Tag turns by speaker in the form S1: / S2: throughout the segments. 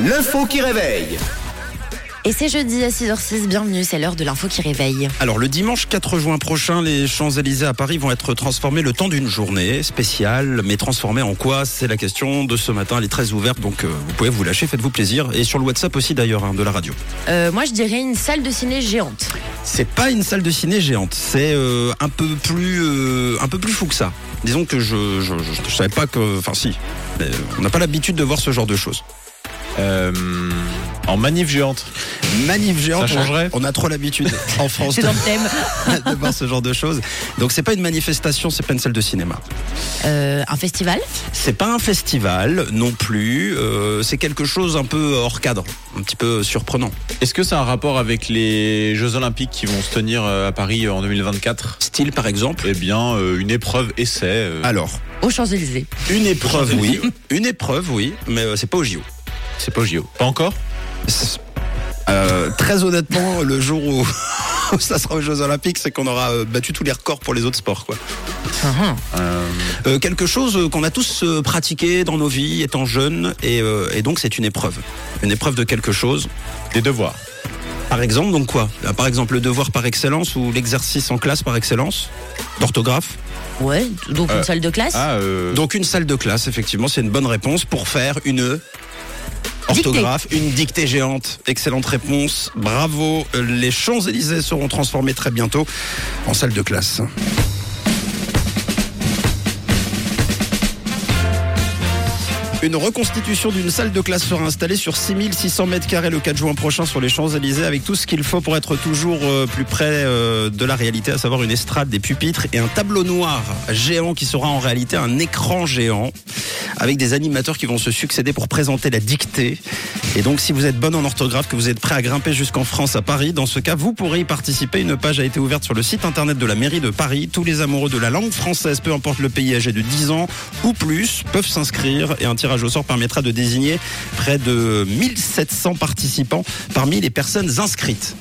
S1: L'info qui réveille.
S2: Et c'est jeudi à 6h06, bienvenue, c'est l'heure de l'info qui réveille.
S3: Alors le dimanche 4 juin prochain, les Champs-Élysées à Paris vont être transformés le temps d'une journée spéciale, mais transformés en quoi C'est la question de ce matin, elle est très ouverte, donc euh, vous pouvez vous lâcher, faites-vous plaisir. Et sur le WhatsApp aussi d'ailleurs, hein, de la radio.
S2: Euh, moi je dirais une salle de ciné géante.
S3: C'est pas une salle de ciné géante, c'est euh, un peu plus euh, un peu plus fou que ça. Disons que je je, je- je savais pas que, enfin si, mais euh, on n'a pas l'habitude de voir ce genre de choses.
S4: Euh, en manif géante.
S3: Manif géante,
S4: Ça changerait
S3: on a trop l'habitude en France
S2: C'est dans le thème.
S3: de, de voir ce genre de choses. Donc c'est pas une manifestation, c'est pas une salle de cinéma.
S2: Euh, un festival
S3: C'est pas un festival non plus. euh, c'est quelque chose un peu hors cadre, un petit peu surprenant.
S4: Est-ce que ça a un rapport avec les Jeux Olympiques qui vont se tenir euh, à Paris euh, en 2024
S3: Style par exemple.
S4: Eh bien, euh, une épreuve essai. euh.
S3: Alors,
S2: aux Champs-Élysées.
S3: une épreuve, oui. Une épreuve, oui. Mais euh, c'est pas au JO.
S4: C'est pas au JO. Pas encore
S3: Euh, très honnêtement, le jour où, où ça sera aux Jeux Olympiques, c'est qu'on aura euh, battu tous les records pour les autres sports. Quoi.
S2: Ah,
S3: Euh, quelque chose euh, qu'on a tous euh, pratiqué dans nos vies, étant jeunes, et, euh, et donc c'est une épreuve. Une épreuve de quelque chose.
S4: Des devoirs.
S3: Par exemple, donc quoi Euh, Par exemple, le devoir par excellence ou l'exercice en classe par excellence d'orthographe.
S2: Ouais, donc une
S4: Euh,
S2: salle de classe.
S4: Ah, euh,
S3: Donc une salle de classe, effectivement, c'est une bonne réponse pour faire une
S2: Dictée.
S3: orthographe, une dictée géante. Excellente réponse, bravo. Euh, Les Champs-Élysées seront transformés très bientôt en salle de classe. Une reconstitution d'une salle de classe sera installée sur 6600 mètres carrés le 4 juin prochain sur les Champs-Élysées avec tout ce qu'il faut pour être toujours euh, plus près euh, de la réalité, à savoir une estrade, des pupitres et un tableau noir géant qui sera en réalité un écran géant avec des animateurs qui vont se succéder pour présenter la dictée. Et donc si vous êtes bon en orthographe, que vous êtes prêt à grimper jusqu'en France à Paris, dans ce cas vous pourrez y participer. Une page a été ouverte sur le site internet de la mairie de Paris. Tous les amoureux de la langue française, peu importe le pays âgé de 10 ans ou plus, peuvent s'inscrire et un tirage au sort permettra de désigner près de 1700 participants parmi les personnes inscrites.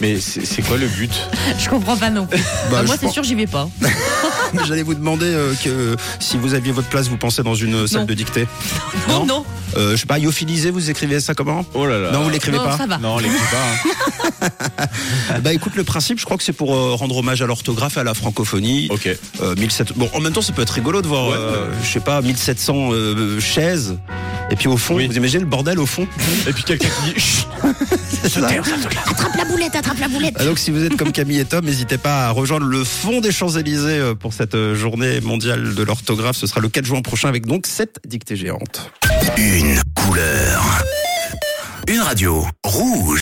S4: mais c'est c'est quoi le but
S2: Je comprends pas non plus. moi
S3: Bah, je
S2: c'est
S3: pense-
S2: sûr j'y vais pas.
S3: J'allais vous demander euh, que euh, si vous aviez votre place, vous pensez dans une salle
S2: Non.
S3: de dictée.
S2: Non, non,
S3: Euh, je sais pas, yophilisé, vous écrivez ça comment
S4: Oh là là.
S3: Non, vous l'écrivez
S2: Non,
S3: pas.
S2: ça va.
S4: Non, on l'écrit pas. hein.
S3: Bah écoute, le principe, je crois que c'est pour euh, rendre hommage à l'orthographe et à la francophonie.
S4: Ok.
S3: Euh, 1700 Bon, en même temps, ça peut être rigolo de voir,
S4: Ouais.
S3: euh, je sais pas, 1700 euh, chaises. Et puis au fond,
S4: Oui.
S3: vous imaginez le bordel au fond
S4: Et puis quelqu'un qui dit Chut
S3: C'est ça.
S2: Attrape la boulette, attrape la boulette.
S3: Ah, Donc si vous êtes comme Camille et Tom, n'hésitez pas à rejoindre le fond des Champs-Élysées euh, pour cette euh, journée mondiale de l'orthographe. Ce sera le 4 juin prochain avec donc cette dictée géante.
S1: Une couleur. Une radio. Rouge.